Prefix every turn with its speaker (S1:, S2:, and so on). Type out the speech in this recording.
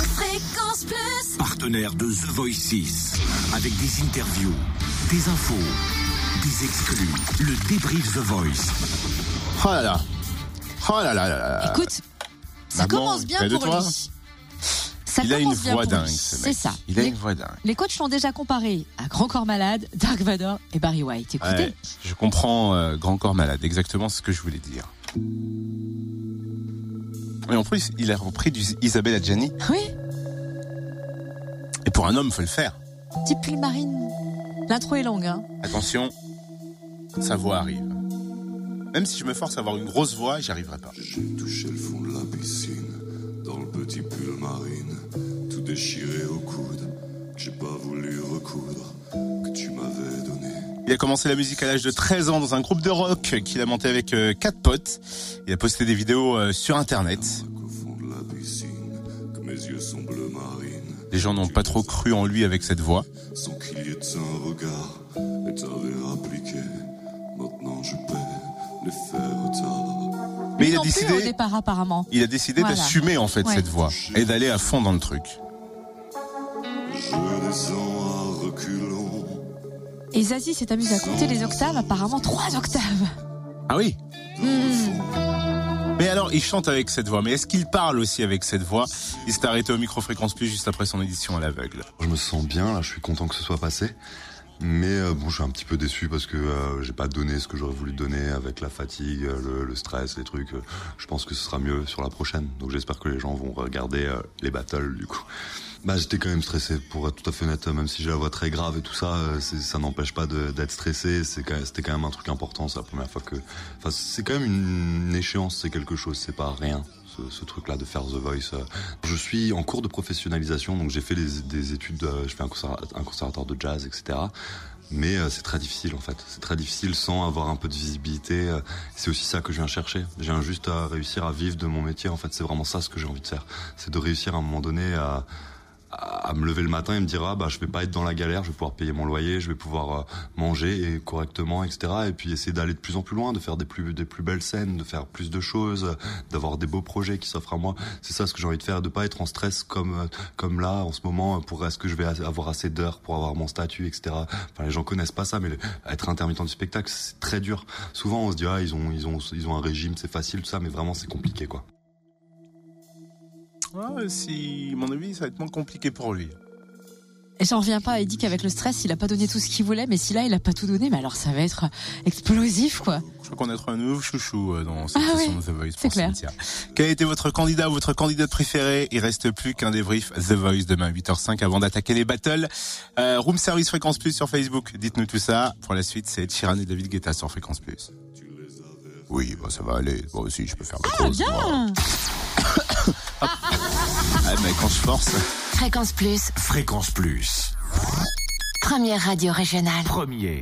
S1: Fréquence Plus.
S2: Partenaire de The Voice 6. Avec des interviews, des infos, des exclus. Le débrief The Voice.
S3: Oh là là. Oh là là là là.
S4: Écoute, ça
S3: maman,
S4: commence bien
S3: près de
S4: pour
S3: toi
S4: lui. Ça
S3: il a une
S4: commence bien
S3: voix
S4: pour lui.
S3: dingue, ce mec.
S4: C'est ça.
S3: Il a
S4: les,
S3: une voix dingue.
S4: les coachs l'ont déjà comparé à Grand Corps Malade, Dark Vador et Barry White. Écoutez,
S3: Ouais, je comprends euh, Grand Corps Malade, exactement ce que je voulais dire. Et en plus, il a repris du Isabelle Adjani.
S4: oui,
S3: Et pour un homme, faut le faire.
S4: type pluie marine. L'intro est longue, hein.
S3: Attention, sa voix arrive. Même si je me force à avoir une grosse voix, j'y arriverai pas.
S5: J'ai touché le fond de la piscine, dans le petit pull marine, tout déchiré au coude, que j'ai pas voulu recoudre, que tu m'avais donné.
S3: Il a commencé la musique à l'âge de 13 ans dans un groupe de rock qu'il a monté avec euh, quatre potes. Il a posté des vidéos euh, sur internet.
S5: Qu'au fond de la piscine, que mes yeux sont bleu marine,
S3: Les gens n'ont pas trop cru en lui avec cette voix.
S5: sans qu'il y ait un regard, et t'avais appliqué. Maintenant je paie l'effet retard.
S3: Mais
S4: Lui
S3: il a
S4: non plus, au
S3: décidé,
S4: départ, apparemment.
S3: il a décidé
S4: Voilà.
S3: d'assumer en fait
S4: Ouais.
S3: cette voix et d'aller à fond dans le truc.
S5: Je descends à reculons.
S4: Et Zazie s'est amusée à compter les octaves, apparemment trois octaves.
S3: Ah oui.
S4: Hmm.
S3: Mais alors, il chante avec cette voix. Mais est-ce qu'il parle aussi avec cette voix Il s'est arrêté au micro-fréquence plus juste après son édition à l'aveugle.
S6: Je me sens bien, là, je suis content que ce soit passé. Mais euh, bon, je suis un petit peu déçu parce que euh, j'ai pas donné ce que j'aurais voulu donner avec la fatigue, euh, le, le stress, les trucs. Euh, je pense que ce sera mieux sur la prochaine. Donc j'espère que les gens vont regarder euh, les battles du coup. Bah, j'étais quand même stressé, pour être tout à fait honnête, euh, même si j'ai la voix très grave et tout ça, euh, c'est- ça n'empêche pas de- d'être stressé. C'est quand- C'était quand même un truc important, c'est la première fois que. Enfin, c'est quand même une échéance, c'est quelque chose, c'est pas rien, ce, ce truc-là de faire The Voice. euh. Je suis en cours de professionnalisation, donc j'ai fait des, des études, euh, je fais un, conserva- un conservatoire de jazz, etc. Mais euh, c'est très difficile en fait. C'est très difficile sans avoir un peu de visibilité. euh, c'est aussi ça que je viens chercher. J'ai un juste à réussir à vivre de mon métier. En fait, c'est vraiment ça ce que j'ai envie de faire. C'est de réussir à un moment donné à, à à me lever le matin et me dire ah bah je vais pas être dans la galère, je vais pouvoir payer mon loyer, je vais pouvoir euh, manger et correctement, etc. Et puis essayer d'aller de plus en plus loin, de faire des plus des plus belles scènes, de faire plus de choses, euh, d'avoir des beaux projets qui s'offrent à moi. C'est ça ce que j'ai envie de faire, de pas être en stress comme euh, comme là en ce moment euh, pour est-ce que je vais as- avoir assez d'heures pour avoir mon statut, etc. Enfin les gens connaissent pas ça, mais le- être intermittent du spectacle c'est très dur. Souvent on se dit ah ils ont ils ont ils ont un régime, c'est facile tout ça, mais vraiment c'est compliqué quoi.
S3: Ouais, si, à mon avis, ça va être moins compliqué pour lui.
S4: Et j'en reviens pas, il dit qu'avec le stress, il a pas donné tout ce qu'il voulait, mais si là, il a pas tout donné, mais alors ça va être explosif, quoi.
S3: Je crois qu'on a trouvé un nouveau chouchou euh, dans cette
S4: Ah
S3: session
S4: ouais,
S3: de The Voice
S4: c'est
S3: pour
S4: clair.
S3: Cynthia. Quel était votre candidat ou votre candidate préférée Il reste plus qu'un débrief The Voice demain 8h05 avant d'attaquer les battles. Euh, Room Service Fréquence Plus sur Facebook. Dites-nous tout ça. Pour la suite, c'est Ed Sheeran et David Guetta sur Fréquence Plus. Oui, bah, ça va aller. Moi aussi, je peux faire des choses. moi.
S4: Bien
S3: Ah, mais quand je force.
S1: Fréquence Plus,
S2: Fréquence Plus.
S1: première radio régionale.
S2: Premier.